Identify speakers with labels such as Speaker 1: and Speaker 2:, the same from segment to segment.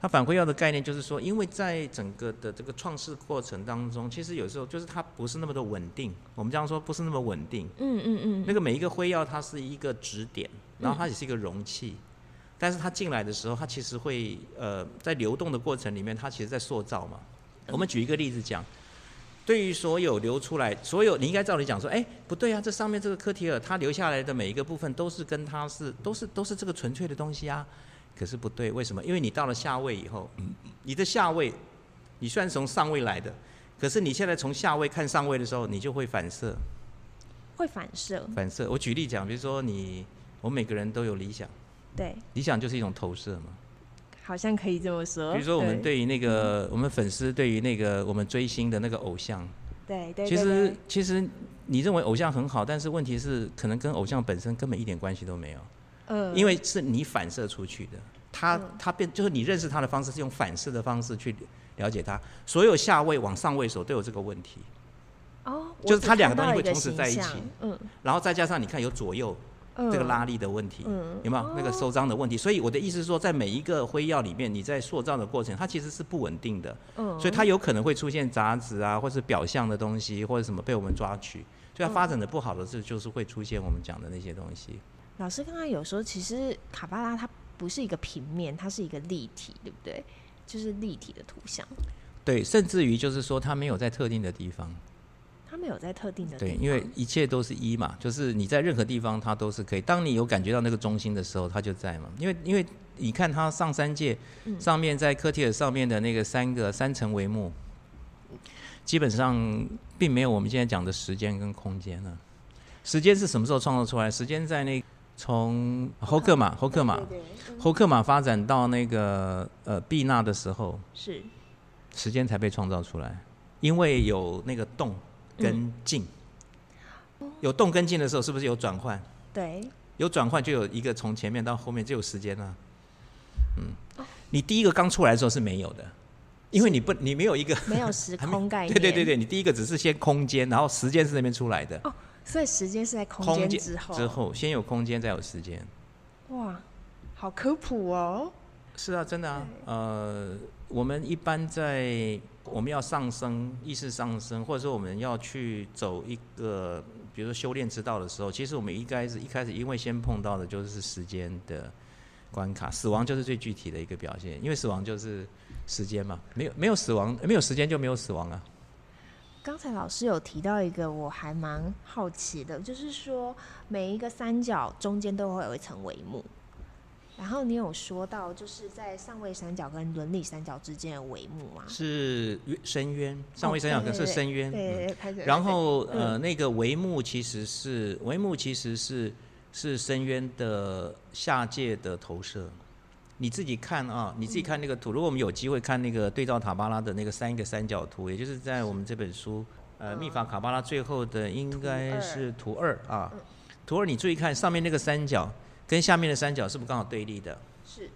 Speaker 1: 它反馈药的概念就是说，因为在整个的这个创世过程当中，其实有时候就是它不是那么的稳定。我们这样说不是那么稳定。
Speaker 2: 嗯嗯嗯，
Speaker 1: 那个每一个灰药它是一个指点，然后它也是一个容器，但是它进来的时候，它其实会呃在流动的过程里面，它其实在塑造嘛。我们举一个例子讲，对于所有流出来，所有你应该照理讲说，哎，不对啊，这上面这个科提尔它留下来的每一个部分都是跟它是都是都是这个纯粹的东西啊。可是不对，为什么？因为你到了下位以后，你的下位，你虽然从上位来的，可是你现在从下位看上位的时候，你就会反射。
Speaker 2: 会反射，
Speaker 1: 反射。我举例讲，比如说你，我们每个人都有理想，
Speaker 2: 对，
Speaker 1: 理想就是一种投射嘛。
Speaker 2: 好像可以这么说。
Speaker 1: 比如说我们
Speaker 2: 嗯对嗯
Speaker 1: 对于那个我们粉丝对于那个我们追星的那个偶像，
Speaker 2: 对对，
Speaker 1: 其
Speaker 2: 对
Speaker 1: 实
Speaker 2: 对
Speaker 1: 其实你认为偶像很好，但是问题是可能跟偶像本身根本一点关系都没有，
Speaker 2: 嗯，
Speaker 1: 因为是你反射出去的。他
Speaker 2: 嗯
Speaker 1: 他变就是你认识他的方式是用反射的方式去了解他，所有下位往上位手都有这个问题，
Speaker 2: 哦，我
Speaker 1: 就是
Speaker 2: 只
Speaker 1: 它两个
Speaker 2: 看
Speaker 1: 东西
Speaker 2: 到
Speaker 1: 会
Speaker 2: 一个
Speaker 1: 同时
Speaker 2: 形
Speaker 1: 在一
Speaker 2: 象
Speaker 1: 起，
Speaker 2: 嗯
Speaker 1: 然后再加上你看有左右
Speaker 2: 嗯，
Speaker 1: 这个拉力的问题，
Speaker 2: 嗯
Speaker 1: 有没有那个收张的问题？所以我的意思是说，在每一个灰药里面，你在塑造的过程，它其实是不稳定的，
Speaker 2: 嗯，
Speaker 1: 所以它有可能会出现杂质啊，或是表象的东西，或者什么被我们抓取。所以
Speaker 2: 嗯
Speaker 1: 它发展的不好的是，就是会出现我们讲的那些东西。
Speaker 2: 老师刚刚有说，其实卡巴拉它不是一个平面，它是一个立体，对不对？就是立体的图像，
Speaker 1: 对，甚至于就是说，它没有在特定的地方。
Speaker 2: 它没有在特定的地
Speaker 1: 对，
Speaker 2: 方
Speaker 1: 因为一切都是一嘛，就是你在任何地方它都是可以。当你有感觉到那个中心的时候，它就在嘛。因为因为你看它上三界、
Speaker 2: 嗯
Speaker 1: 上面在科提尔上面的那个三个三层帷幕，基本上并没有我们现在讲的时间跟空间呢、时间是什么时候创造出来？时间在那从
Speaker 2: 哦
Speaker 1: 侯克马侯克马侯克马发展到那个呃毕纳的时候，
Speaker 2: 是
Speaker 1: 时间才被创造出来，因为有那个动跟静，有动跟静的时候，是不是有转换？
Speaker 2: 对，
Speaker 1: 有转换就有一个从前面到后面就有时间了、嗯，你第一个刚出来的时候是没有的，因为你不你没有一个
Speaker 2: 没有时
Speaker 1: 还没
Speaker 2: 空 概
Speaker 1: 对
Speaker 2: 念，
Speaker 1: 对对对，你第一个只是先空间，然后时间是那边出来的，
Speaker 2: 哦，所以时间是在空
Speaker 1: 空
Speaker 2: 间
Speaker 1: 间
Speaker 2: 之后，
Speaker 1: 之后先有空间再有时间。
Speaker 2: 哇，好科普哦，
Speaker 1: 是啊，真的啊，呃，我们一般在我们要上升、意识上升，或者说我们要去走一个，比如说修炼之道的时候，其实我们一开始一开始因为先碰到的就是时间的关卡，死亡就是最具体的一个表现，因为死亡就是时间嘛，没有没有死亡，没有时间就没有死亡啊。
Speaker 2: 刚才老师有提到一个我还蛮好奇的，就是说每一个三角中间都会有一层帷幕，然后你有说到就是在上位三角跟伦理三角之间的帷幕吗？
Speaker 1: 是深渊，上位三角可能是哦深渊，嗯
Speaker 2: 对，嗯开始。
Speaker 1: 然后呃，那个帷幕其实是帷幕其实是是深渊的下界的投射。你自己看啊，你自己看那个图。如果我们有机会看那个对照塔巴拉的那个三个三角图，也就是在我们这本书
Speaker 2: 嗯
Speaker 1: 呃《密法卡巴拉》最后的应该是图二啊。图二你注意看上面那个三角跟下面的三角是不是刚好对立的？
Speaker 2: 是，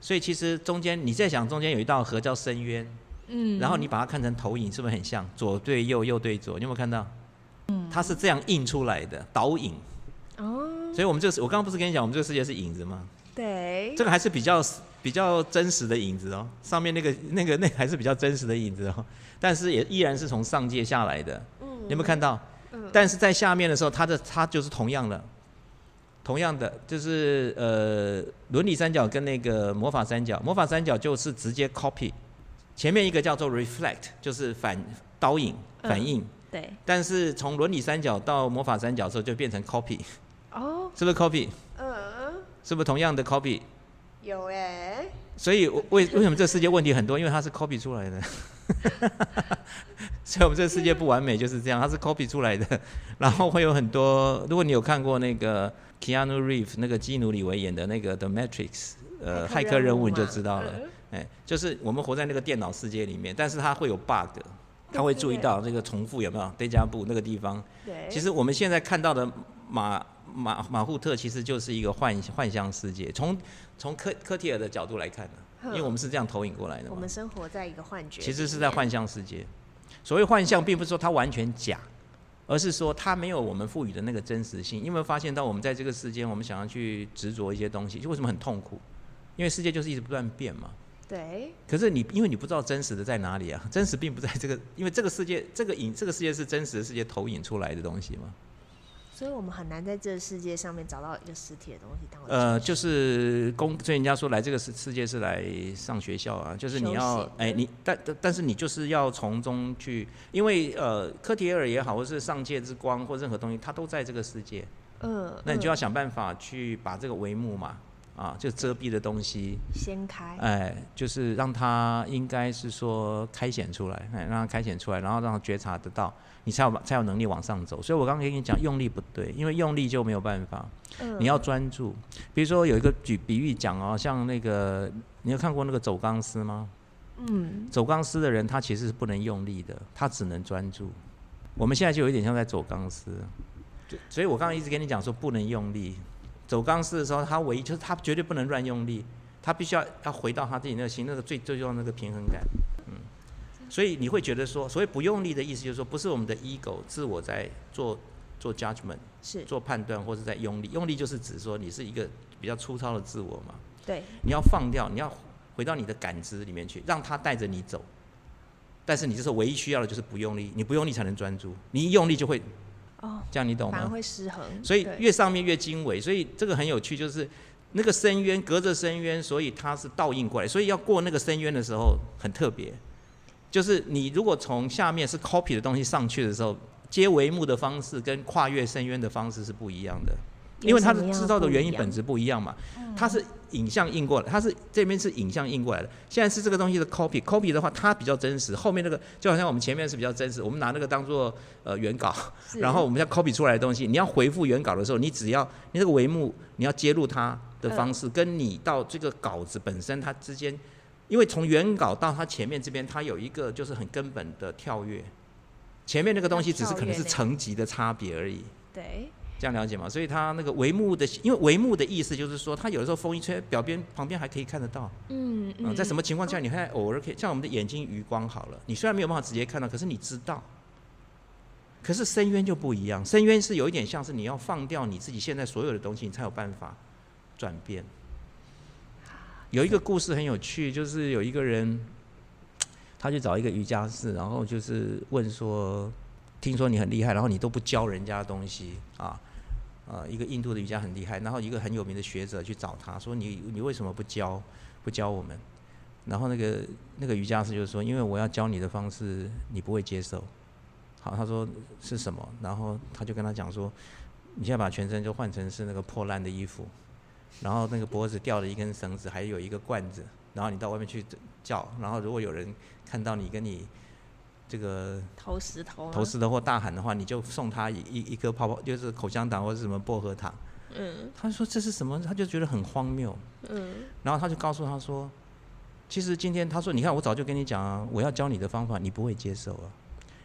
Speaker 1: 所以其实中间你在想中间有一道河叫深渊，
Speaker 2: 嗯
Speaker 1: 然后你把它看成投影，是不是很像？左对右，右对左，你有没有看到？嗯，它是这样印出来的倒影。
Speaker 2: 哦，
Speaker 1: 所以我们这个，我刚刚不是跟你讲，我们这个世界是影子吗？
Speaker 2: 对，
Speaker 1: 这个还是比较比较真实的影子哦，上面那个那个那个还是比较真实的影子哦，但是也依然是从上界下来的。嗯，你有没有看到？嗯，但是在下面的时候，它的它就是同样的。同样的，就是呃，伦理三角跟那个魔法三角，魔法三角就是直接 copy，前面一个叫做 reflect，就是反倒影、
Speaker 2: 嗯
Speaker 1: 反应，
Speaker 2: 对，
Speaker 1: 但是从伦理三角到魔法三角的时候就变成 copy，
Speaker 2: 哦，
Speaker 1: 是不是 copy？
Speaker 2: 嗯，
Speaker 1: 是不是同样的 copy？
Speaker 2: 有哎，
Speaker 1: 所以我为为什么这世界问题很多？因为它是 copy 出来的， 所以我们这个世界不完美就是这样，它是 copy 出来的。然后会有很多，如果你有看过那个 Keanu Reeves 那个基努里维演的那个《The Matrix》呃
Speaker 2: 骇
Speaker 1: 骇
Speaker 2: 客
Speaker 1: 客
Speaker 2: 任
Speaker 1: 任
Speaker 2: 务
Speaker 1: 务，你就
Speaker 2: 嘛
Speaker 1: 知道了。
Speaker 2: 嗯
Speaker 1: 哎，就是我们活在那个电脑世界里面，但是它会有 bug，它会注意到那个重复有没有 deja vu 那个地方。
Speaker 2: 对，
Speaker 1: 其实我们现在看到的马马马户特，其实就是一个幻幻象世界。从从科科提尔的角度来看呢、
Speaker 2: 哼
Speaker 1: 因为我们是这样投影过来的
Speaker 2: 我
Speaker 1: 嘛
Speaker 2: 们，生活在一个幻觉里面，
Speaker 1: 其实是在幻象世界。所谓幻象，并不是说它完全假，而是说它没有我们赋予的那个真实性。因为发现到我们在这个世间，我们想要去执着一些东西，就为什么很痛苦？因为世界就是一直不断变嘛。
Speaker 2: 对，
Speaker 1: 可是你因为你不知道真实的在哪里啊，真实并不在这个，因为这个世界这个影这个世界是真实的世界投影出来的东西嘛。
Speaker 2: 所以我们很难在这个世界上面找到一个实体的东西当为
Speaker 1: 呃，
Speaker 2: 真实
Speaker 1: 就是公，所以人家说来这个世世界是来上学校啊，就是你要
Speaker 2: 休息
Speaker 1: 哎、你但但但是你就是要从中去，因为呃科提尔也好，或是上界之光或任何东西，它都在这个世界，
Speaker 2: 嗯，
Speaker 1: 那你就
Speaker 2: 要
Speaker 1: 要想办法去把这个帷幕嘛。啊，就遮蔽的东西，
Speaker 2: 掀开，
Speaker 1: 哎，就是让它应该是说开显出来，哎，让它开显出来，然后让它觉察得到，你才有才有能力往上走。所以我刚刚跟你讲用力不对，因为用力就没有办法，
Speaker 2: 嗯，
Speaker 1: 呃你要专注。比如说有一个举比喻讲哦，像那个你有看过那个走钢丝吗？
Speaker 2: 嗯，
Speaker 1: 走钢丝的人他其实是不能用力的，他只能专注。我们现在就有一点像在走钢丝，就所以我刚刚一直跟你讲说不能用力。走钢丝的时候，他唯一就是他绝对不能乱用力，他必须要要回到他自己那个心那个最最重要的那个平衡感。嗯，所以你会觉得说，所谓不用力的意思就是说，不是我们的 ego 自我在做做 judgment。
Speaker 2: 嗯是
Speaker 1: 做判断或是在用力。用力就是指说你是一个比较粗糙的自我嘛，
Speaker 2: 对，
Speaker 1: 你要放掉，你要回到你的感知里面去，让它带着你走。但是你这时候唯一需要的就是不用力，你不用力才能专注，你一用力就会
Speaker 2: 哦，
Speaker 1: 这样，你懂
Speaker 2: 反而
Speaker 1: 吗？
Speaker 2: 会失衡，
Speaker 1: 所以
Speaker 2: 对
Speaker 1: 越上面越经纬，所以这个很有趣，就是那个深渊隔着深渊，所以它是倒映过来，所以要过那个深渊的时候很特别，就是你如果从下面是 copy 的东西上去的时候，接帷幕的方式跟跨越深渊的方式是不一样的。因为它的制造的原因本，质不一样嘛，它是影像印过来，它是这边是影像印过来的，现在是这个东西的 copy，copy 的话它比较真实，后面那个就好像我们前面是比较真实，我们拿那个当做呃原稿，
Speaker 2: 是
Speaker 1: 然后我们要 copy 出来的东西，你要回复原稿的时候，你只要你这个帷幕，你要揭露它的方式，跟你到这个稿子本身它之间，因为从原稿到它前面这边，它有一个就是很根本的跳跃，前面那个东西只是可能是
Speaker 2: 要跳跃那个
Speaker 1: 层级的差别而已。
Speaker 2: 对，
Speaker 1: 这样了解吗？所以它那个帷幕的，因为帷幕的意思就是说，它有的时候风一吹，表边旁边还可以看得到。
Speaker 2: 嗯
Speaker 1: 嗯，
Speaker 2: 嗯，
Speaker 1: 在什么情况下，你还偶尔可以，像我们的眼睛余光好了，你虽然没有办法直接看到，可是你知道。可是深渊就不一样，深渊是有一点像是你要放掉你自己现在所有的东西，你才有办法转变。有一个故事很有趣，就是有一个人，他去找一个瑜伽室，然后就是问说，听说你很厉害，然后你都不教人家东西啊。呃，一个印度的瑜伽很厉害，然后一个很有名的学者去找他说你你为什么不教不教我们？然后那个那个瑜伽师就说，因为我要教你的方式你不会接受。好，他说是什么？然后他就跟他讲说，你现在把全身就换成是那个破烂的衣服，然后那个脖子吊了一根绳子，还有一个罐子，然后你到外面去叫，然后如果有人看到你跟你这个
Speaker 2: 投石头吗，啊
Speaker 1: 投石头或大喊的话，你就送他一一一颗泡泡，就是口香糖或是什么薄荷糖。
Speaker 2: 嗯
Speaker 1: 他说这是什么？他就觉得很荒谬。
Speaker 2: 嗯，
Speaker 1: 然后他就告诉他说，其实今天他说，你看我早就跟你讲啊，我要教你的方法，你不会接受啊。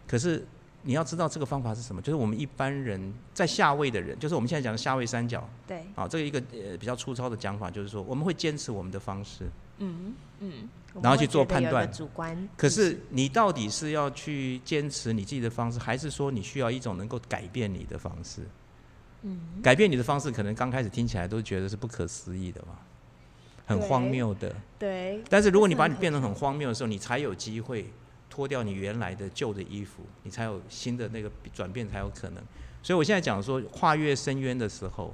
Speaker 1: 可是你要知道这个方法是什么，就是我们一般人在下位的人，就是我们现在讲的下位三角
Speaker 2: 对，
Speaker 1: 啊，这个一个呃比较粗糙的讲法，就是说我们会坚持我们的方式。
Speaker 2: 嗯嗯，我
Speaker 1: 然
Speaker 2: 们
Speaker 1: 后
Speaker 2: 会
Speaker 1: 去做
Speaker 2: 觉
Speaker 1: 判
Speaker 2: 得有一个
Speaker 1: 断
Speaker 2: 主观，
Speaker 1: 可是你到底是要去坚持你自己的方式，还是说你需要一种能够改变你的方式？
Speaker 2: 嗯，
Speaker 1: 改变你的方式，可能刚开始听起来都觉得是不可思议的嘛，很荒
Speaker 2: 对
Speaker 1: 谬的。
Speaker 2: 对，
Speaker 1: 但是如果你把你
Speaker 2: 这是很
Speaker 1: 变得
Speaker 2: 可
Speaker 1: 很荒谬的时候，你才有机会脱掉你原来的旧的衣服，你才有新的那个转变才有可能。所以我现在讲说，跨越深渊的时候，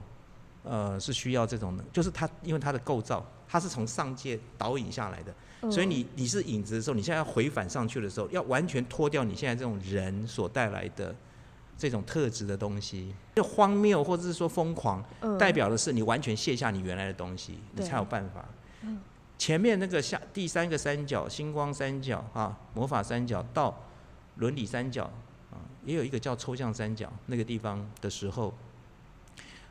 Speaker 1: 呃，是需要这种能，就是它因为它的构造，它是从上界导引下来的，所以
Speaker 2: 嗯
Speaker 1: 你你是影子的时候，你现在要回返上去的时候，要完全脱掉你现在这种人所带来的这种特质的东西，就荒谬或者是说疯狂，
Speaker 2: 嗯
Speaker 1: 代表的是你完全卸下你原来的东西，你
Speaker 2: 对
Speaker 1: 才有办法
Speaker 2: 嗯。
Speaker 1: 前面那个下第三个三角，星光三角啊，魔法三角到伦理三角啊，也有一个叫抽象三角那个地方的时候，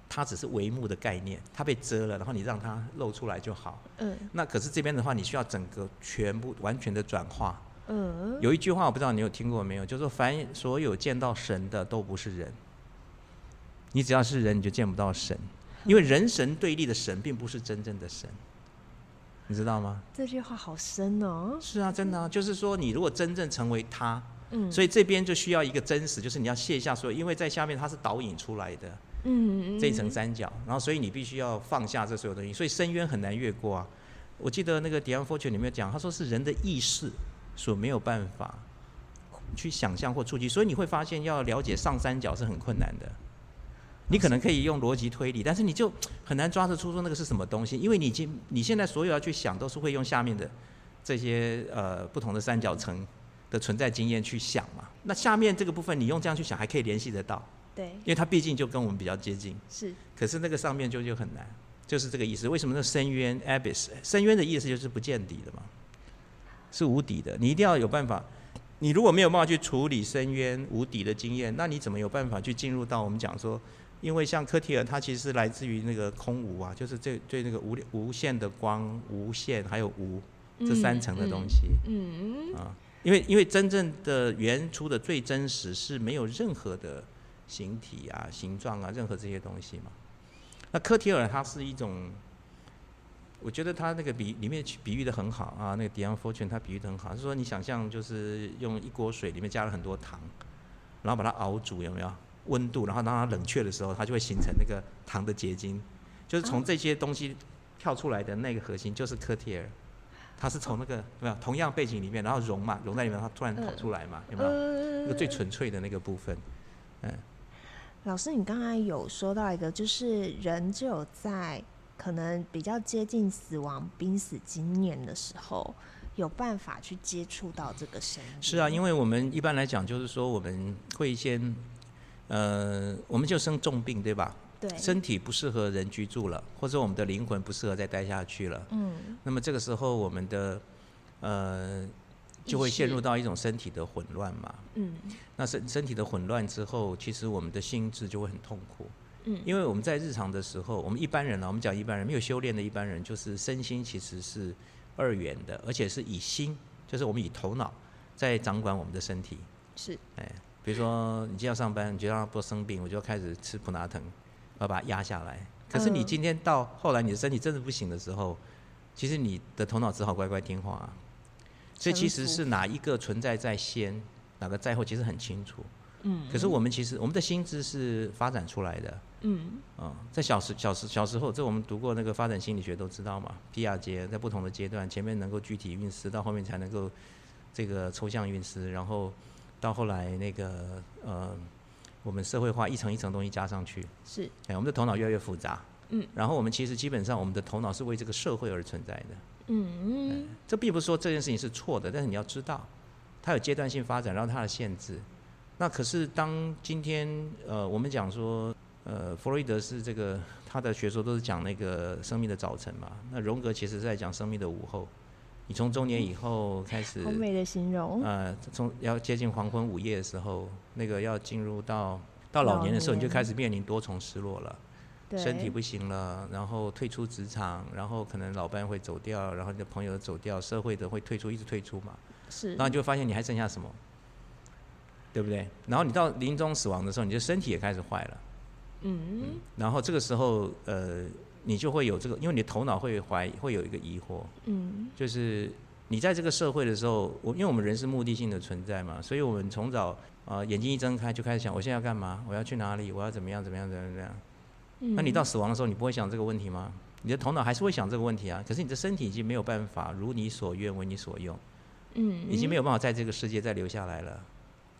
Speaker 1: 它只是帷幕的概念，它被遮了，然后你让它露出来就好。
Speaker 2: 嗯
Speaker 1: 那可是这边的话，你需要整个全部完全的转化。
Speaker 2: 嗯，
Speaker 1: 有一句话我不知道你有听过没有，就是说凡所有见到神的都不是人，你只要是人你就见不到神，因为人神对立的神并不是真正的神，你知道吗？
Speaker 2: 这句话好深哦，
Speaker 1: 是啊，真的啊，就是说你如果真正成为他，
Speaker 2: 嗯，
Speaker 1: 所以这边就需要一个真实，就是你要卸下所有，因为在下面它是导引出来的，
Speaker 2: 嗯嗯
Speaker 1: 这一层三角，然后所以你必须要放下这所有东西，所以深渊很难越过啊。我记得那个《Dion Fortune》里面讲，他说是人的意识所没有办法去想象或触及，所以你会发现要了解上三角是很困难的。你可能可以用逻辑推理，但是你就很难抓得出说那个是什么东西，因为你已经你现在所有要去想都是会用下面的这些呃不同的三角层的存在经验去想嘛。那下面这个部分你用这样去想还可以联系得到，
Speaker 2: 对，
Speaker 1: 因为它毕竟就跟我们比较接近。
Speaker 2: 是
Speaker 1: 可是那个上面就就很难，就是这个意思。为什么那深渊 abyss 深渊的意思就是不见底的嘛，是无底的。你一定要有办法，你如果没有办法去处理深渊无底的经验，那你怎么有办法去进入到我们讲说？因为像科提尔，它其实来自于那个空无啊，就是这对那个无无限的光、无限还有无这三层的东西。
Speaker 2: 嗯嗯，嗯嗯
Speaker 1: 啊，因为因为真正的原初的最真实是没有任何的形体啊、形状啊，任何这些东西嘛。那科提尔它是一种，我觉得他那个比里面去比喻的很好啊，那个 Dion Fortune 他比喻的很好，就是说你想象就是用一锅水里面加了很多糖，然后把它熬煮，有没有温度？然后让它冷却的时候，它就会形成那个糖的结晶，就是从这些东西跳出来的那个核心就是科提尔。它是从那个有没有同样背景里面，然后融嘛，融在里面，它突然跑出来嘛，有没
Speaker 2: 嗯
Speaker 1: 有？
Speaker 2: 呃
Speaker 1: 那个最纯粹的那个部分，
Speaker 2: 老师，你刚才有说到一个，就是人只有在可能比较接近死亡、濒死经验的时候，有办法去接触到这个声音。
Speaker 1: 是啊，因为我们一般来讲就是说我们会先，呃，我们就生重病对吧？
Speaker 2: 对，
Speaker 1: 身体不适合人居住了，或者我们的灵魂不适合再待下去了，
Speaker 2: 嗯，
Speaker 1: 那么这个时候我们的呃就会陷入
Speaker 2: 意识
Speaker 1: 到一种身体的混乱嘛。
Speaker 2: 嗯
Speaker 1: 那身身体的混乱之后，其实我们的心智就会很痛苦。
Speaker 2: 嗯
Speaker 1: 因为我们在日常的时候，我们一般人啊呢、我们讲一般人没有修炼的一般人，就是身心其实是二元的，而且是以心，就是我们以头脑在掌管我们的身体。
Speaker 2: 是
Speaker 1: 哎比如说，你今天要上班，你就让它不生病，我就开始吃普拿疼，要把它压下来。可是你
Speaker 2: 嗯
Speaker 1: 今天到后来，你的身体真的不行的时候，其实你的头脑只好乖乖听话、啊。所以其实
Speaker 2: 臣服
Speaker 1: 是哪一个存在在先，哪个在后，其实很清楚。
Speaker 2: 嗯
Speaker 1: 可是我们其实我们的心智是发展出来的，
Speaker 2: 嗯
Speaker 1: 嗯，在小时小时小时候，这我们读过那个发展心理学都知道嘛。皮亚杰在不同的阶段，前面能够具体运思，到后面才能够这个抽象运思，然后到后来那个呃，我们社会化一层一层东西加上去，
Speaker 2: 是
Speaker 1: 哎，我们的头脑越来越复杂，
Speaker 2: 嗯，
Speaker 1: 然后我们其实基本上我们的头脑是为这个社会而存在的。
Speaker 2: 嗯
Speaker 1: 这并不是说这件事情是错的，但是你要知道，它有阶段性发展，然后它的限制。那可是当今天呃，我们讲说，呃，弗洛伊德是这个他的学说都是讲那个生命的早晨嘛，那荣格其实是在讲生命的午后，你从中年以后开始，
Speaker 2: 好美的形容，
Speaker 1: 呃，从要接近黄昏午夜的时候，那个要进入到到老年的时候，
Speaker 2: 老
Speaker 1: 你就
Speaker 2: 年
Speaker 1: 开始面临多重失落了。
Speaker 2: 对，
Speaker 1: 身体不行了，然后退出职场，然后可能老伴会走掉，然后你的朋友走掉，社会的会退出，一直退出嘛，
Speaker 2: 是
Speaker 1: 然后你就会发现你还剩下什么，对不对？然后你到临终死亡的时候，你的身体也开始坏了，
Speaker 2: 嗯
Speaker 1: 然后这个时候，呃，你就会有这个，因为你的头脑会怀会有一个疑惑，
Speaker 2: 嗯
Speaker 1: 就是你在这个社会的时候，我因为我们人是目的性的存在嘛，所以我们从早呃眼睛一睁开就开始想，我现在要干嘛？我要去哪里？我要怎么样？怎么样？怎么样？怎么样？
Speaker 2: 嗯，
Speaker 1: 那你到死亡的时候，你不会想这个问题吗？你的头脑还是会想这个问题啊，可是你的身体已经没有办法如你所愿为你所用，
Speaker 2: 嗯
Speaker 1: 已经没有
Speaker 2: 有
Speaker 1: 办法在这个世界再留下来了。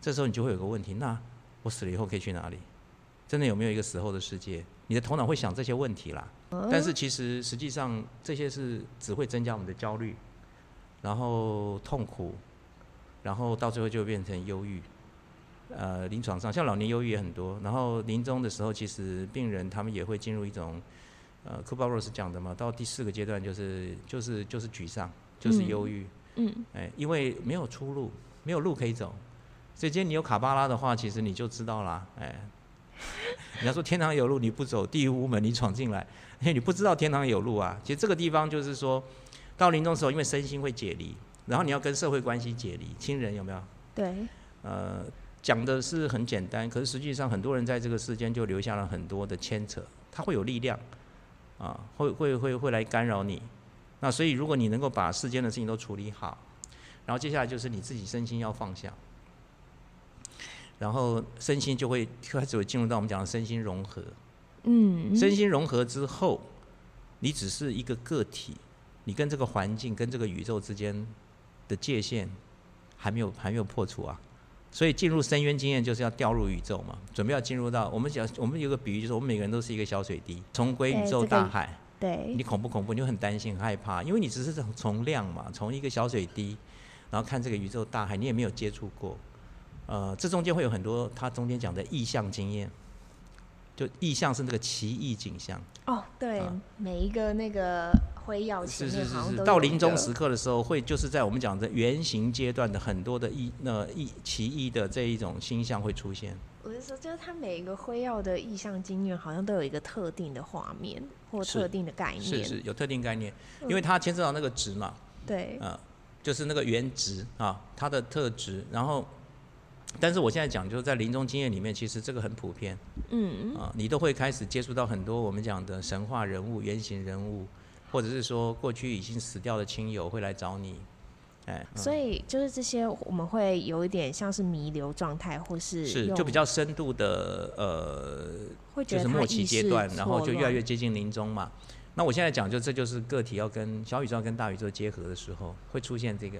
Speaker 1: 这时候你就会有个问题：那我死了以后可以去哪里？真的有没有一个死后的世界？你的头脑会想这些问题啦，
Speaker 2: 哦
Speaker 1: 但是其实实际上这些是只会增加我们的焦虑，然后痛苦，然后到最后就变成忧郁。呃，临床上像老年忧郁也很多，然后临终的时候，其实病人他们也会进入一种，呃 c o b a r o s 讲的嘛，到第四个阶段就是就是就是沮丧，就是忧郁，
Speaker 2: 嗯
Speaker 1: 哎，因为没有出路，没有路可以走。所以今天你有卡巴拉的话，其实你就知道啦，哎， 人家说天堂有路你不走，地狱无门你闯进来，因为你不知道天堂有路啊。其实这个地方就是说，到临终的时候，因为身心会解离，然后你要跟社会关系解离，亲人有没有？
Speaker 2: 对
Speaker 1: 呃，讲的是很简单，可是实际上很多人在这个世间就留下了很多的牵扯，它会有力量啊，会会会会来干扰你。那所以如果你能够把世间的事情都处理好，然后接下来就是你自己身心要放下，然后身心就会开始会进入到我们讲的身心融合。
Speaker 2: 嗯
Speaker 1: 身心融合之后，你只是一个个体，你跟这个环境、跟这个宇宙之间的界限还没有还没有破除啊。所以进入深渊经验就是要掉入宇宙嘛，准备要进入到我们讲，我们有个比喻就是我们每个人都是一个小水滴，重归宇
Speaker 2: 对
Speaker 1: 宙
Speaker 2: 这个
Speaker 1: 大海。
Speaker 2: 嗯对
Speaker 1: 你，恐不恐怖？你就很担心、很害怕，因为你只是从从量嘛，从一个小水滴，然后看这个宇宙大海，你也没有接触过。呃，这中间会有很多他中间讲的意象经验，就意象是那个奇异景象，
Speaker 2: 哦，对，
Speaker 1: 啊
Speaker 2: 每一个那个辉耀前
Speaker 1: 是
Speaker 2: 面
Speaker 1: 是
Speaker 2: 好
Speaker 1: 是
Speaker 2: 像
Speaker 1: 是
Speaker 2: 都，
Speaker 1: 到
Speaker 2: 有一
Speaker 1: 临终
Speaker 2: 个
Speaker 1: 时刻的时候，会就是在我们讲的原型阶段的很多的意那意奇异的这一种星象会出现。
Speaker 2: 我是说，就是它每一个辉耀的意象经验，好像都有一个特定的画面或
Speaker 1: 是
Speaker 2: 特定的概念。
Speaker 1: 是是有特定概念，
Speaker 2: 嗯
Speaker 1: 因为它牵涉到那个值嘛，
Speaker 2: 对，
Speaker 1: 呃，就是那个原值啊，它的特质。然后，但是我现在讲就是在临终经验里面，其实这个很普遍
Speaker 2: 嗯，
Speaker 1: 啊，你都会开始接触到很多我们讲的神话人物、原型人物，或者是说过去已经死掉的亲友会来找你，哎，嗯
Speaker 2: 所以就是这些，我们会有一点像是弥留状态，或是
Speaker 1: 是
Speaker 2: 用
Speaker 1: 就比较深度的呃，
Speaker 2: 会觉
Speaker 1: 就
Speaker 2: 得
Speaker 1: 是
Speaker 2: 它
Speaker 1: 末期
Speaker 2: 意
Speaker 1: 阶
Speaker 2: 识
Speaker 1: 段，然后
Speaker 2: 错
Speaker 1: 就越来
Speaker 2: 乱
Speaker 1: 越接近临终嘛。那我现在讲，就这就是个体要跟小宇宙跟大宇宙结合的时候会出现这个。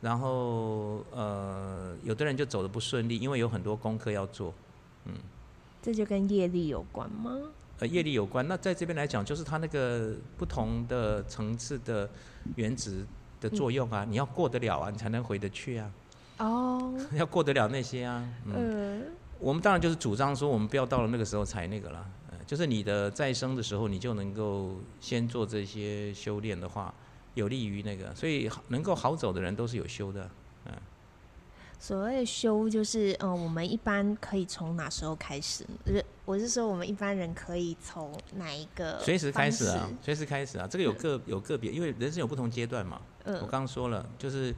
Speaker 1: 然后呃，有的人就走的不顺利，因为有很多功课要做，
Speaker 2: 这就跟业力有关吗？
Speaker 1: 呃，业力有关。那在这边来讲，就是它那个不同的层次的原子的作用啊，你要过得了啊，你才能回得去啊，
Speaker 2: 哦，
Speaker 1: 要过得了那些啊。嗯，
Speaker 2: 嗯，
Speaker 1: 我们当然就是主张说，我们不要到了那个时候才那个啦。呃，就是你的再生的时候，你就能够先做这些修炼的话，有利于那个。所以好能够好走的人都是有修的。
Speaker 2: 所谓的修就是，嗯、我们一般可以从哪时候开始呢？就是我是说，我们一般人可以从哪一个
Speaker 1: 随时开始啊
Speaker 2: 方式，
Speaker 1: 随时开始啊，这个有个有个别，因为人生有不同阶段嘛。我
Speaker 2: 嗯，
Speaker 1: 刚说了，就是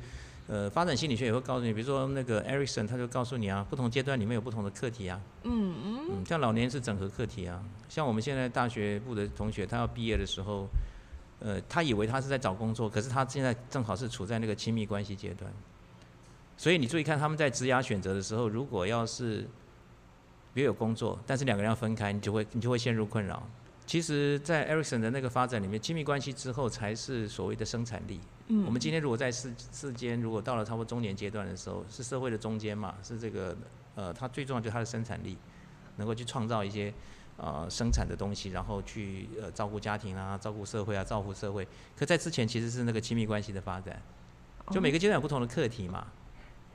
Speaker 1: 呃，发展心理学也会告诉你，比如说那个 Erikson 他就告诉你啊，不同阶段里面有不同的课题啊。嗯嗯。像老年是整合课题啊，像我们现在大学部的同学，他要毕业的时候，呃，他以为他是在找工作，可是他现在正好是处在那个亲密关系阶段。所以你注意看他们在职涯选择的时候，如果要是比如有工作，但是两个人要分开，你就会你就会陷入困扰。其实，在 Ericsson 的那个发展里面，亲密关系之后才是所谓的生产力。
Speaker 2: 嗯
Speaker 1: 我们今天如果在世世间，如果到了差不多中年阶段的时候，是社会的中间嘛，是这个呃，它最重要就是它的生产力，能够去创造一些呃生产的东西，然后去呃照顾家庭啊，照顾社会啊，照顾社会。可在之前其实是那个亲密关系的发展，就每个阶段有不同的课题嘛，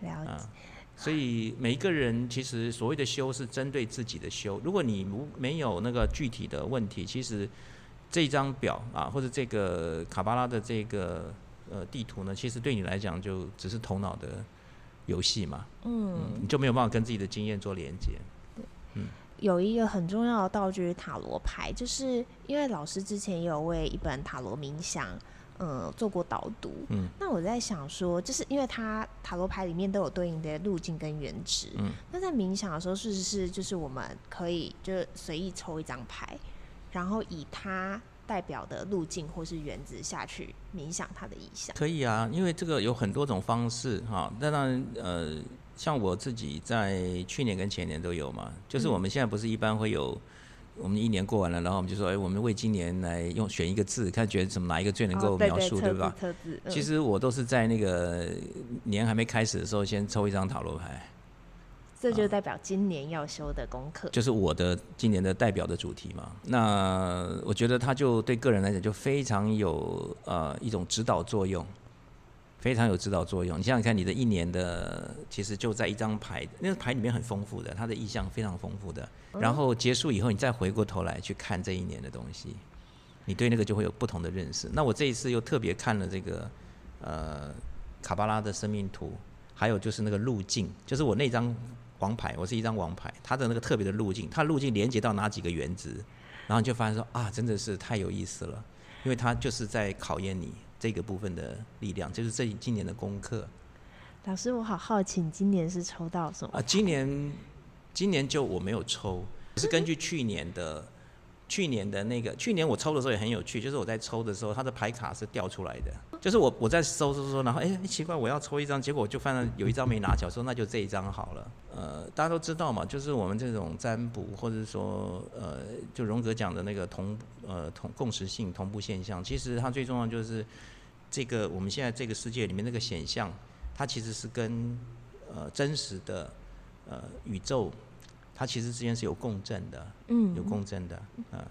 Speaker 2: 了解。
Speaker 1: 啊，所以每一个人其实所谓的修是针对自己的修。如果你无没有那个具体的问题，其实这张表啊，或者这个卡巴拉的这个呃地图呢，其实对你来讲就只是头脑的游戏嘛，
Speaker 2: 嗯，
Speaker 1: 你就没有办法跟自己的经验做连接。
Speaker 2: 有一个很重要的道具是塔罗牌，就是因为老师之前也有为一本塔罗冥想，嗯，做过导读。
Speaker 1: 嗯，
Speaker 2: 那我在想说，就是因为它塔罗牌里面都有对应的路径跟原值。
Speaker 1: 嗯，
Speaker 2: 那在冥想的时候，是不是就是我们可以就是随意抽一张牌，然后以它代表的路径或是原值下去冥想它的意象？
Speaker 1: 可以啊，因为这个有很多种方式哈。那当然，呃，像我自己在去年跟前年都有嘛，就是我们现在不是一般会有，我们一年过完了，然后我们就说，哎，我们为今年来用选一个字，看觉得怎么哪一个最能
Speaker 2: 哦
Speaker 1: 够
Speaker 2: 对
Speaker 1: 描述，
Speaker 2: 对
Speaker 1: 吧？
Speaker 2: 测字测字嗯
Speaker 1: 其实我都是在那个年还没开始的时候，先抽一张塔罗牌，
Speaker 2: 这就代表今年要修的功课。
Speaker 1: 啊就是我的今年的代表的主题嘛。那我觉得它就对个人来讲就非常有呃一种指导作用，非常有指导作用。你想想看，你的一年的其实就在一张牌，那个牌里面很丰富的，它的意象非常丰富的。然后结束以后，你再回过头来去看这一年的东西，你对那个就会有不同的认识。那我这一次又特别看了这个呃卡巴拉的生命图，还有就是那个路径，就是我那张王牌，我是一张王牌，它的那个特别的路径，它路径连接到哪几个原子，然后你就发现说啊，真的是太有意思了，因为它就是在考验你这个部分的力量，就是这今年的功课
Speaker 2: 老师，我好好奇，你今年是抽到
Speaker 1: 啊
Speaker 2: 什么？
Speaker 1: 啊。今年今年就我没有抽，是根据去年的去年的那个，去年我抽的时候也很有趣，就是我在抽的时候，它的牌卡是掉出来的，就是我我在抽抽抽，然后哎、诶奇怪，我要抽一张，结果我就发现有一张没拿起来，我说那就这一张好了。呃，大家都知道嘛，就是我们这种占卜或者说呃，就荣格讲的那个同呃同共识性同步现象，其实它最重要就是这个我们现在这个世界里面那个显象，它其实是跟呃真实的呃宇宙，它其实之间是有共振的。
Speaker 2: 嗯，
Speaker 1: 有共振的，啊、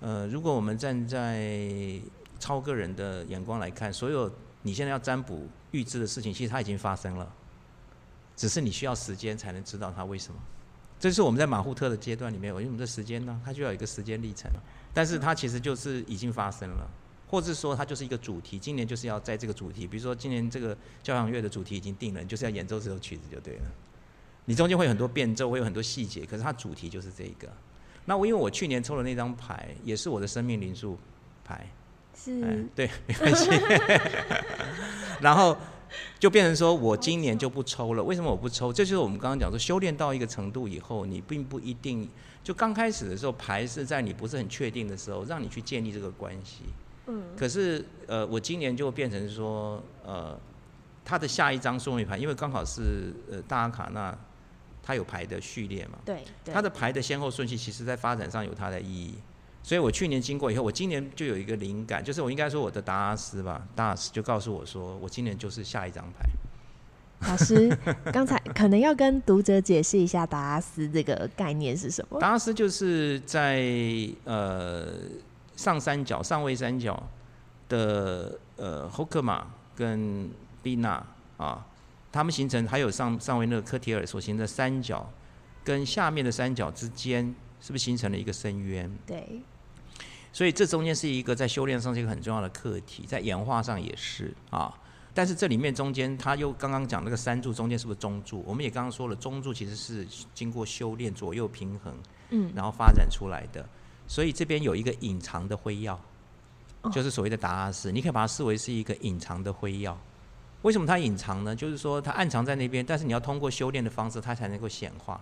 Speaker 1: 呃，如果我们站在超个人的眼光来看，所有你现在要占卜预知的事情，其实它已经发生了，只是你需要时间才能知道它为什么。这是我们在马户特的阶段里面，因为我们的时间呢，它就要有一个时间历程，但是它其实就是已经发生了，或是说它就是一个主题，今年就是要在这个主题，比如说今年这个交响乐的主题已经定了，你就是要演奏这首曲子就对了。你中间会有很多变奏，会有很多细节，可是它主题就是这一个。那我因为我去年抽的那张牌也是我的生命灵数牌，哎
Speaker 2: 是，
Speaker 1: 对，没关系。 然后就变成说我今年就不抽了。为什么我不抽？这就是我们刚刚讲说，修炼到一个程度以后，你并不一定就刚开始的时候，牌是在你不是很确定的时候，让你去建立这个关系。
Speaker 2: 嗯，
Speaker 1: 可是呃，我今年就变成说，呃，他的下一张说明牌，因为刚好是呃大阿卡那，他有牌的序列嘛，
Speaker 2: 对，对
Speaker 1: 它的牌的先后顺序，其实在发展上有它的意义。所以我去年经过以后，我今年就有一个灵感，就是我应该说我的达阿斯吧，达阿斯就告诉我说，我今年就是下一张牌。
Speaker 2: 老师刚 才可能要跟读者解释一下达拉斯这个概念是什么。
Speaker 1: 达阿斯就是在呃上三角、上位三角的呃霍克马跟比纳啊，他们形成还有上上位那个科提尔所形成的三角，跟下面的三角之间，是不是形成了一个深渊？
Speaker 2: 对，
Speaker 1: 所以这中间是一个在修炼上是一个很重要的课题，在演化上也是啊。但是这里面中间，他又刚刚讲那个三柱中间是不是中柱？我们也刚刚说了，中柱其实是经过修炼左右平衡，
Speaker 2: 嗯，
Speaker 1: 然后发展出来的。所以这边有一个隐藏的辉耀，就是所谓的达拉斯，你可以把它视为是一个隐藏的辉耀。为什么它隐藏呢？就是说它暗藏在那边，但是你要通过修炼的方式，它才能够显化。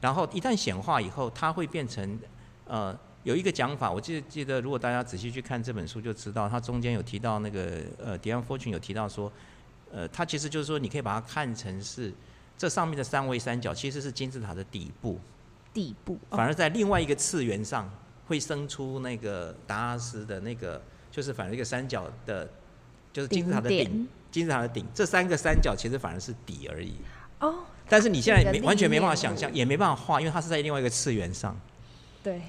Speaker 1: 然后一旦显化以后，它会变成呃有一个讲法，我记得记得，如果大家仔细去看这本书就知道，它中间有提到那个呃迪安· Fortune 有提到说，呃，它其实就是说你可以把它看成是这上面的三维三角其实是金字塔的底部，
Speaker 2: 地步，哦
Speaker 1: 反而在另外一个次元上会生出那个达拉斯的那个，就是反正一个三角的，就是金字塔的
Speaker 2: 顶
Speaker 1: 顶
Speaker 2: 点，
Speaker 1: 金字塔的顶，这三个三角其实反而是底而已。
Speaker 2: 哦，
Speaker 1: 但是你现
Speaker 2: 这
Speaker 1: 在
Speaker 2: 个
Speaker 1: 没
Speaker 2: 立
Speaker 1: 完全没办法
Speaker 2: 面
Speaker 1: 想象，也没办法画，因为它是在另外一个次元上，
Speaker 2: 对，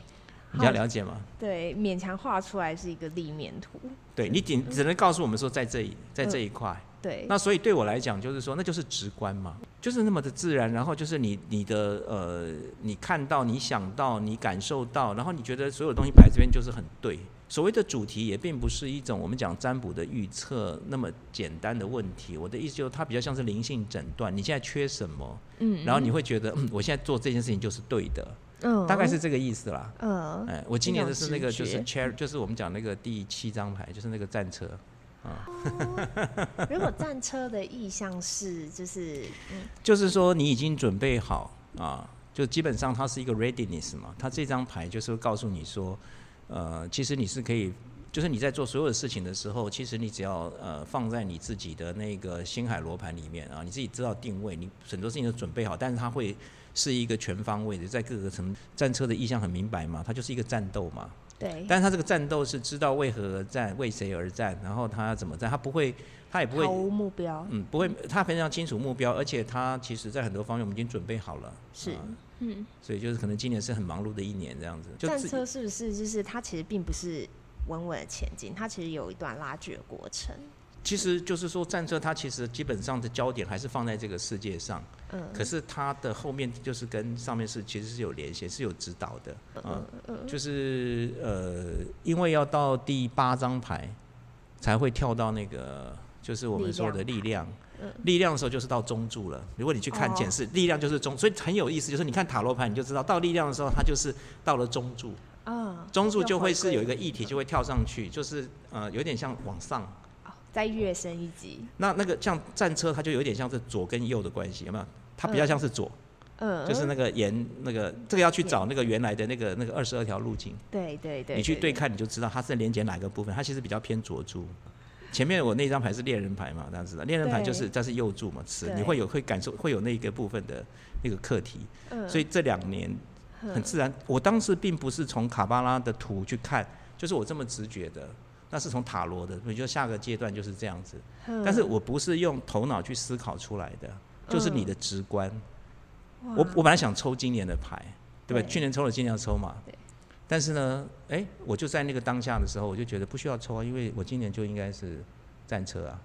Speaker 1: 你要
Speaker 2: 好
Speaker 1: 了解吗？
Speaker 2: 对，勉强画出来是一个立面图，
Speaker 1: 对你只只能告诉我们说在这一在这一块。
Speaker 2: 嗯对，
Speaker 1: 那所以对我来讲，就是说，那就是直观嘛，就是那么的自然。然后就是你你的呃，你看到、你想到、你感受到，然后你觉得所有东西摆这边就是很对。所谓的主题也并不是一种我们讲占卜的预测那么简单的问题。我的意思就是，它比较像是灵性诊断，你现在缺什么，
Speaker 2: 嗯，
Speaker 1: 然后你会觉得，嗯，我现在做这件事情就是对的，
Speaker 2: 嗯，
Speaker 1: 大概是这个意思啦。
Speaker 2: 嗯，
Speaker 1: 哎，我今年的是那个
Speaker 2: 一
Speaker 1: 就
Speaker 2: 种直
Speaker 1: 是
Speaker 2: 觉
Speaker 1: chair，就是我们讲那个第七张牌，就是那个战车。
Speaker 2: 哦如果战车的意向是就是
Speaker 1: 就是说你已经准备好啊，就基本上它是一个 readiness 嘛，它这张牌就是会告诉你说，呃，其实你是可以，就是你在做所有的事情的时候，其实你只要呃放在你自己的那个星海罗盘里面啊，你自己知道定位，你很多事情都准备好，但是它会是一个全方位的，在各个层战车的意向很明白嘛，它就是一个战斗嘛，
Speaker 2: 对，
Speaker 1: 但是它这个战斗是知道为何而战，为谁而战，然后它怎么战，它不会，它也不会
Speaker 2: 毫无目标，
Speaker 1: 嗯，不会，他非常清楚目标，而且他其实在很多方面我们已经准备好了，
Speaker 2: 是
Speaker 1: 啊，
Speaker 2: 嗯，
Speaker 1: 所以就是可能今年是很忙碌的一年这样子，就
Speaker 2: 战
Speaker 1: 自己
Speaker 2: 车是不是就是它其实并不是稳稳的前进，它其实有一段拉锯的过程，
Speaker 1: 其实就是说战车它其实基本上的焦点还是放在这个世界上，
Speaker 2: 嗯，
Speaker 1: 可是它的后面就是跟上面是其实是有联系，是有指导的，啊
Speaker 2: 嗯，嗯，
Speaker 1: 就是呃，因为要到第八张牌才会跳到那个，就是我们说的力量
Speaker 2: 嗯。
Speaker 1: 力量的时候就是到中柱了。如果你去看
Speaker 2: 哦
Speaker 1: 检视，力量就是中，所以很有意思。就是你看塔罗牌，你就知道到力量的时候，它就是到了中柱，
Speaker 2: 啊，
Speaker 1: 中柱
Speaker 2: 要
Speaker 1: 就会
Speaker 2: 回
Speaker 1: 是
Speaker 2: 归
Speaker 1: 有一个议题就会跳上去，就是呃有点像往上。
Speaker 2: 哦再跃升一级，
Speaker 1: 那那个像战车，它就有点像是左跟右的关系，有没有？它比较像是左，
Speaker 2: 嗯，
Speaker 1: 就是那个沿那个这个要去找那个原来的那个那个二十二条路径，
Speaker 2: 对对对，
Speaker 1: 你去对
Speaker 2: 对，
Speaker 1: 看你就知道它是连接哪个部分，它其实比较偏左柱。前面我那张牌是猎人牌嘛，这样子的，猎人牌就是它是右柱嘛，词
Speaker 2: 对
Speaker 1: 你会有会感受会有那个部分的那个课题，
Speaker 2: 嗯
Speaker 1: 所以这两年很自然，我当时并不是从卡巴拉的图去看，就是我这么直觉的，那是从塔罗的，我觉得下个阶段就是这样子，
Speaker 2: 嗯
Speaker 1: 但是我不是用头脑去思考出来的，就是你的直观。我我本来想抽今年的牌，对吧？
Speaker 2: 对
Speaker 1: 去年抽了，今年要抽嘛
Speaker 2: 对。
Speaker 1: 但是呢，哎、我就在那个当下的时候，我就觉得不需要抽啊，因为我今年就应该是战车啊。呃
Speaker 2: 哦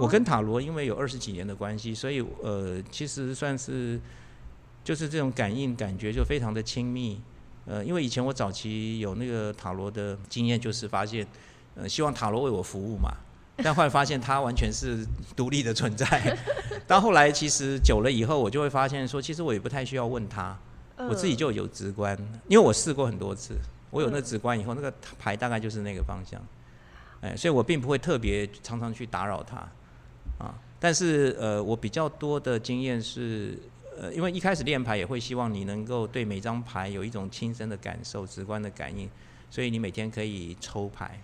Speaker 1: 我跟塔罗因为有二十几年的关系，所以呃，其实算是就是这种感应感觉就非常的亲密。呃，因为以前我早期有那个塔罗的经验，就是发现，呃，希望塔罗为我服务嘛，但后来发现它完全是独立的存在。到后来其实久了以后，我就会发现说，其实我也不太需要问他，
Speaker 2: 嗯
Speaker 1: 我自己就有直观，因为我试过很多次，我有那直观以后，那个牌大概就是那个方向，哎，所以我并不会特别常常去打扰他啊。但是呃，我比较多的经验是，呃，因为一开始练牌也会希望你能够对每张牌有一种亲身的感受、直观的感应，所以你每天可以抽牌。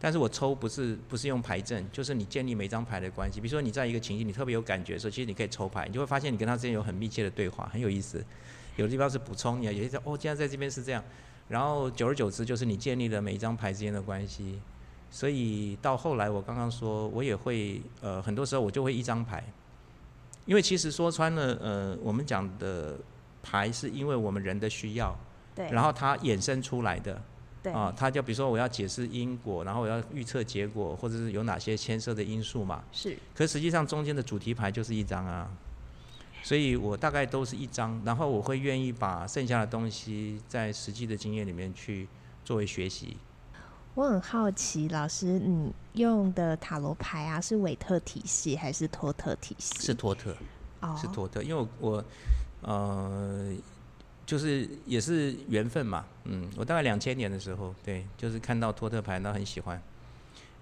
Speaker 1: 但是我抽不是不是用牌阵，就是你建立每张牌的关系。比如说你在一个情境你特别有感觉的时候，其实你可以抽牌，你就会发现你跟他之间有很密切的对话，很有意思。有的地方是补充你啊，有些地方哦，现在在这边是这样。然后久而久之，就是你建立了每一张牌之间的关系。所以到后来，我刚刚说，我也会呃，很多时候我就会一张牌，因为其实说穿了，呃，我们讲的牌是因为我们人的需要，
Speaker 2: 对，
Speaker 1: 然
Speaker 2: 后
Speaker 1: 后它衍生出来的。
Speaker 2: 对
Speaker 1: 啊，它就比如说我要解释因果，然后我要预测结果，或者是有哪些牵涉的因素嘛。
Speaker 2: 是
Speaker 1: 可实际上中间的主题牌就是一张啊，所以我大概都是一张，然后我会愿意把剩下的东西在实际的经验里面去作为学习。
Speaker 2: 我很好奇，老师你用的塔罗牌啊，是韦特体系还是托特体系？
Speaker 1: 是托特，
Speaker 2: 哦，
Speaker 1: 是托特，因为我我呃就是也是缘分嘛，嗯，我大概两千年的时候，对，就是看到托特牌，然后很喜欢。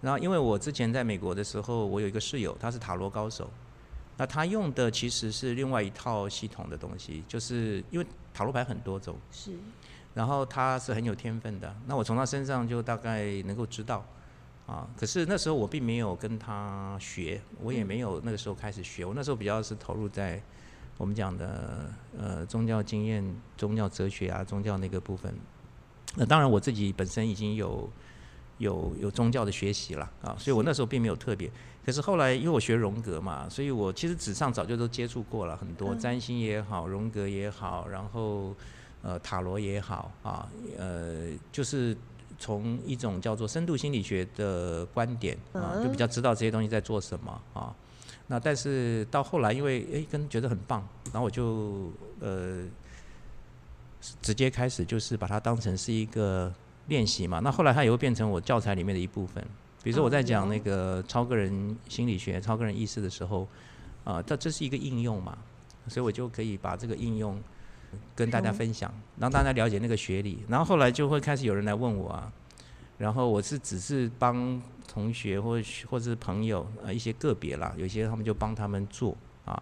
Speaker 1: 然后因为我之前在美国的时候，我有一个室友，他是塔罗高手，那他用的其实是另外一套系统的东西，就是因为塔罗牌很多种。
Speaker 2: 是
Speaker 1: 然后他是很有天分的，那我从他身上就大概能够知道，啊，可是那时候我并没有跟他学，我也没有那个时候开始学，我那时候比较是投入在我们讲的呃宗教经验、宗教哲学啊、宗教那个部分。那当然我自己本身已经有有有宗教的学习了啊，所以我那时候并没有特别。可是后来因为我学荣格嘛，所以我其实纸上早就都接触过了很多，
Speaker 2: 嗯
Speaker 1: 占星也好，荣格也好，然后。呃塔罗也好啊，呃，就是从一种叫做深度心理学的观点啊，就比较知道这些东西在做什么啊。那但是到后来，因为诶跟觉得很棒，然后我就呃直接开始就是把它当成是一个练习嘛。那后来它也会变成我教材里面的一部分。比如说我在讲那个超个人心理学、超个人意识的时候，啊、这这是一个应用嘛，所以我就可以把这个应用跟大家分享，让大家了解那个学理。然后后来就会开始有人来问我啊，然后我是只是帮同学或或者是朋友呃一些个别啦，有些他们就帮他们做啊，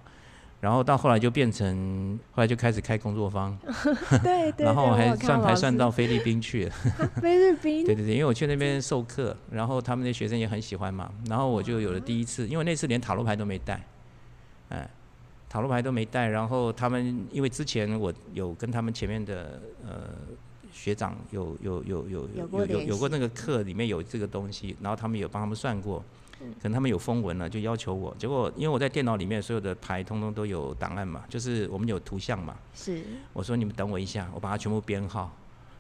Speaker 1: 然后到后来就变成后来就开始开工作坊，
Speaker 2: 对对对，
Speaker 1: 然后
Speaker 2: 我
Speaker 1: 还
Speaker 2: 有看
Speaker 1: 算
Speaker 2: 到
Speaker 1: 还
Speaker 2: 老
Speaker 1: 算
Speaker 2: 师
Speaker 1: 到菲律宾 去了。
Speaker 2: 菲律 宾
Speaker 1: 对对对，因为我去那边授课，然后他们的学生也很喜欢嘛，然后我就有了第一次，因为那次连塔罗牌都没带，哎，塔罗牌都没带，然后他们因为之前我有跟他们前面的呃学长有有有有
Speaker 2: 有过
Speaker 1: 有有
Speaker 2: 联
Speaker 1: 有过
Speaker 2: 系嗯
Speaker 1: 那个课里面有这个东西，然后他们有帮他们算过，
Speaker 2: 嗯
Speaker 1: 可能他们有风文了，就要求我，结果因为我在电脑里面所有的牌通通都有档案嘛，就是我们有图像嘛，
Speaker 2: 是
Speaker 1: 我说你们等我一下，我把它全部编号，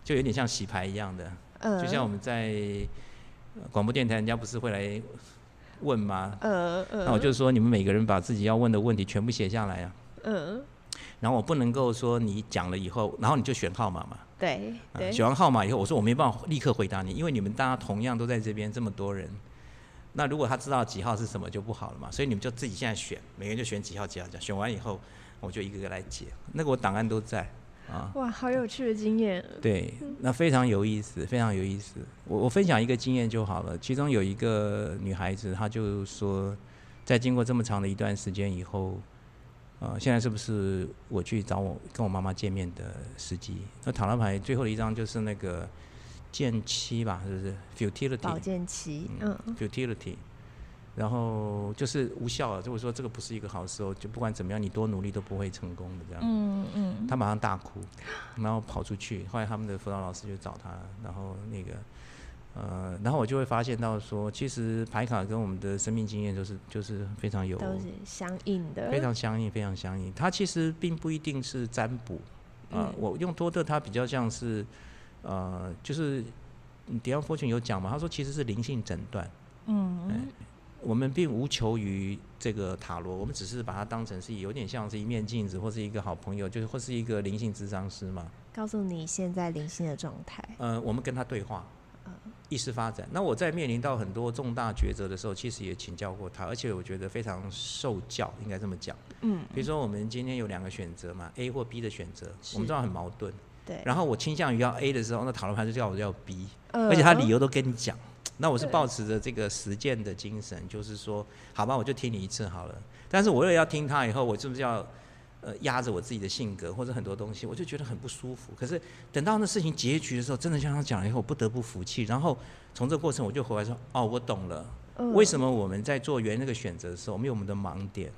Speaker 1: 就有点像洗牌一样的。
Speaker 2: 呃
Speaker 1: 就像我们在呃广播电台，人家不是会来问吗？
Speaker 2: 呃呃
Speaker 1: 那我就说你们每个人把自己要问的问题全部写下来啊，
Speaker 2: 嗯
Speaker 1: 然后我不能够说你讲了以后，然后你就选号码嘛。
Speaker 2: 对
Speaker 1: 啊
Speaker 2: 对
Speaker 1: 选完号码以后，我说我没办法立刻回答你，因为你们大家同样都在这边这么多人，那如果他知道几号是什么就不好了嘛，所以你们就自己现在选，每个人就选几号几号几号，选完以后我就一个个来解，那个我档案都在啊。
Speaker 2: 哇，好有趣的经验，
Speaker 1: 对，那非常有意思，非常有意思。我我分享一个经验就好了。其中有一个女孩子，她就说，在经过这么长的一段时间以后，呃，现在是不是我去找我跟我妈妈见面的时机？那塔罗牌最后一张就是那个剑七吧，是不是
Speaker 2: 保
Speaker 1: ？futility，
Speaker 2: 健期，嗯，
Speaker 1: futility，然后就是无效了。如果说这个不是一个好时候，就不管怎么样，你多努力都不会成功的这样。
Speaker 2: 嗯嗯，
Speaker 1: 他马上大哭，然后跑出去。后来他们的辅导老师就找他，然后那个呃，然后我就会发现到说，其实牌卡跟我们的生命经验就是就是非常有
Speaker 2: 都是相应的，
Speaker 1: 非常相应，非常相应。它其实并不一定是占卜，呃，
Speaker 2: 嗯
Speaker 1: 我用多特它比较像是，呃，就是嗯 Dion Fortune 有讲嘛，他说其实是灵性诊断，
Speaker 2: 嗯
Speaker 1: 哎我们并无求于这个塔罗，我们只是把它当成是有点像是一面镜子，或是一个好朋友，就是或是一个灵性智商师嘛。
Speaker 2: 告诉你现在灵性的状态，
Speaker 1: 呃，我们跟他对话，
Speaker 2: 嗯
Speaker 1: 意识发展。那我在面临到很多重大抉择的时候，其实也请教过他，而且我觉得非常受教，应该这么讲。
Speaker 2: 嗯，
Speaker 1: 比如说我们今天有两个选择嘛，A 或 B 的选择，
Speaker 2: 是
Speaker 1: 我们知道很矛盾。
Speaker 2: 对，
Speaker 1: 然后我倾向于要 A 的时候，那塔罗牌就叫我要 B，、
Speaker 2: 呃
Speaker 1: 而且他理由都跟你讲。那我是
Speaker 2: 对
Speaker 1: 抱持着这个实践的精神，就是说，好吧，我就听你一次好了。但是我为了要听他以后，我是不是要呃压着我自己的性格或者很多东西，我就觉得很不舒服。可是等到那事情结局的时候，真的像他讲了以后，我不得不服气。然后从这个过程，我就回来说，哦，我懂了。为什
Speaker 2: 么？
Speaker 1: 么我们在做原那个选择的时候，我们有我们的盲点，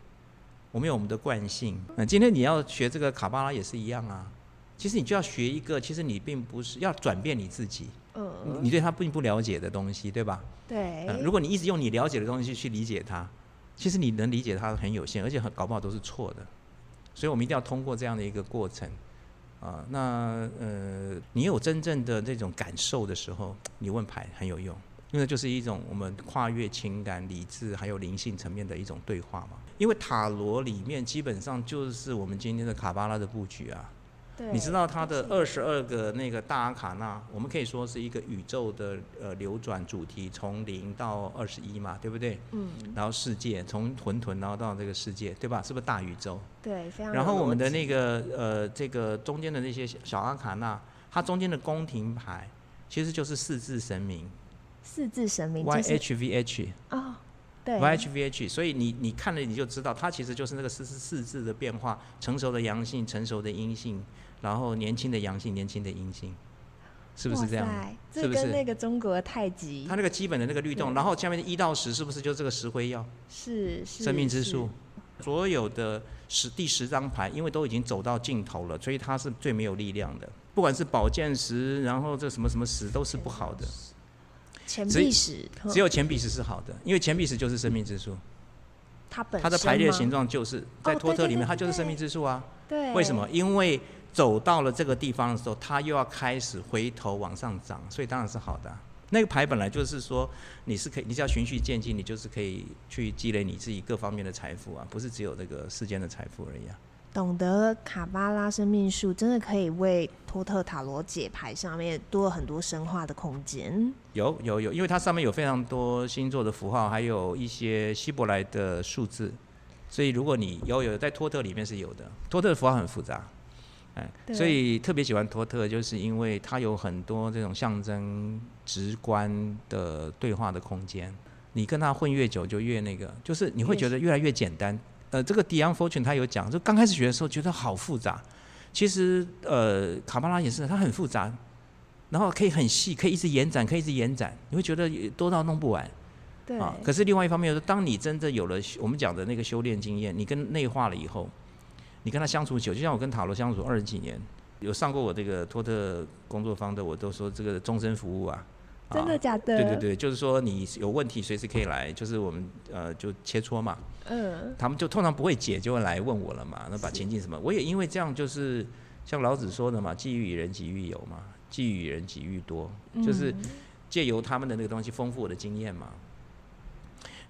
Speaker 1: 我们有我们的惯性？那今天你要学这个卡巴拉也是一样啊。其实你就要学一个，其实你并不是要转变你自己，你
Speaker 2: 嗯，哎
Speaker 1: 你对它并不了解的东西，对吧？
Speaker 2: 对
Speaker 1: 呃，如果你一直用你了解的东西去理解它，其实你能理解它很有限，而且很搞不好都是错的。所以我们一定要通过这样的一个过程啊、那呃，你有真正的这种感受的时候，你问牌很有用，因为那就是一种我们跨越情感、理智还有灵性层面的一种对话嘛。因为塔罗里面基本上就是我们今天的卡巴拉的布局啊，
Speaker 2: 对
Speaker 1: 你知道它的
Speaker 2: 是
Speaker 1: 二十二个那个大阿卡那，我们可以说是一个宇宙的呃流转主题，从零到二十一嘛，对不对？
Speaker 2: 嗯，
Speaker 1: 然后世界从混沌，然后到这个世界，对吧？是不是大宇宙？
Speaker 2: 对，非常有逻辑。
Speaker 1: 然后我们的那个呃这个中间的那些小小阿卡那，它中间的宫廷牌其实就是四字神明
Speaker 2: 四字神明哎就
Speaker 1: Y
Speaker 2: 是
Speaker 1: H V H
Speaker 2: 哦，对
Speaker 1: Y H V H，所以你你看了你就知道，它其实就是那个四四四字的变化，成熟的阳性，成熟的阴性，然后年轻的阳性，年轻的阴性，是不是这样？
Speaker 2: 哇塞
Speaker 1: 是
Speaker 2: 这
Speaker 1: 不是
Speaker 2: 跟那个中国的太极
Speaker 1: 它那个基本的那个律动，
Speaker 2: 对
Speaker 1: 然后下面一到十是不是就这个石灰药？
Speaker 2: 是是
Speaker 1: 生命之
Speaker 2: 是
Speaker 1: 树，所有的十第十张牌，因为都已经走到尽头了，所以它是最没有力量的。不管是宝剑石，然后这什么什么石都是不好的，
Speaker 2: 钱
Speaker 1: 只
Speaker 2: 币史，
Speaker 1: 只有钱币石是好的，因为钱币石就是生命之树，
Speaker 2: 它本
Speaker 1: 它的
Speaker 2: 身
Speaker 1: 排列
Speaker 2: 吗
Speaker 1: 形状就是在
Speaker 2: 哦
Speaker 1: 托特
Speaker 2: 对对
Speaker 1: 里面，
Speaker 2: 对
Speaker 1: 它就是
Speaker 2: 对
Speaker 1: 生命之树啊。
Speaker 2: 对
Speaker 1: 为什么？因为走到了这个地方的时候，它又要开始回头往上涨，所以当然是好的啊、那个牌本来就是说，你是可以，你只要循序渐进，你就是可以去积累你自己各方面的财富啊，不是只有这个世间的财富而已啊。
Speaker 2: 懂得卡巴拉生命树，真的可以为托特塔罗解牌上面多了很多深化的空间。
Speaker 1: 有有有，因为它上面有非常多星座的符号，还有一些希伯来的数字，所以如果你有有在托特里面是有的，托特的符号很复杂，哎，
Speaker 2: 对
Speaker 1: 所以特别喜欢托特，就是因为它有很多这种象征、直观的对话的空间。你跟它混越久，就越那个，就是你会觉得越来越简单。呃，这个 Dion Fortune 他有讲，就刚开始学的时候觉得好复杂，其实呃卡巴拉也是，它很复杂，然后可以很细，可以一直延展，可以一直延展，你会觉得多到弄不完
Speaker 2: 对，
Speaker 1: 啊。可是另外一方面，就是当你真正有了我们讲的那个修炼经验，你跟内化了以后，你跟他相处久，就像我跟塔罗相处二十几年，有上过我这个托特工作坊的，我都说这个终身服务啊。啊
Speaker 2: 真的假的？
Speaker 1: 对对，对，就是说你有问题随时可以来，就是我们呃就切磋嘛，
Speaker 2: 嗯，
Speaker 1: 他们就通常不会解，就会来问我了嘛。那把情境什么，我也因为这样，就是像老子说的嘛，己欲与人，己欲有嘛，己欲与人，己欲多，就是
Speaker 2: 嗯
Speaker 1: 借由他们的那个东西丰富我的经验嘛。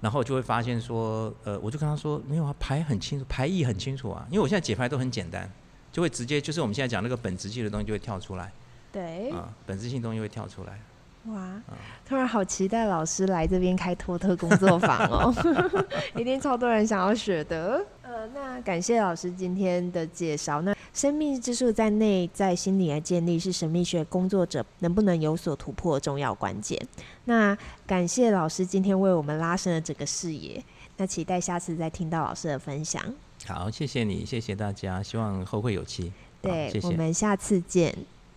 Speaker 1: 然后就会发现说，呃，我就跟他说，没有啊，牌很清楚，牌意很清楚啊，因为我现在解牌都很简单，就会直接就是我们现在讲那个本质性的东西就会跳出来
Speaker 2: 对
Speaker 1: 啊、，本质性的东西会跳出来。
Speaker 2: 哇，突然好期待老师来这边开托特工作坊 哦，一定超多人想要学的。呃，那感谢老师今天的介绍。那生命之树在内在心理的建立是神秘学工作者能不能有所突破的重要关键。那感谢老师今天为我们拉伸了整个视野。那期待下次再听到老师的分享。
Speaker 1: 好，谢谢你，谢谢大家，希望后会有期。好
Speaker 2: 对，
Speaker 1: 谢谢
Speaker 2: 我们下次见。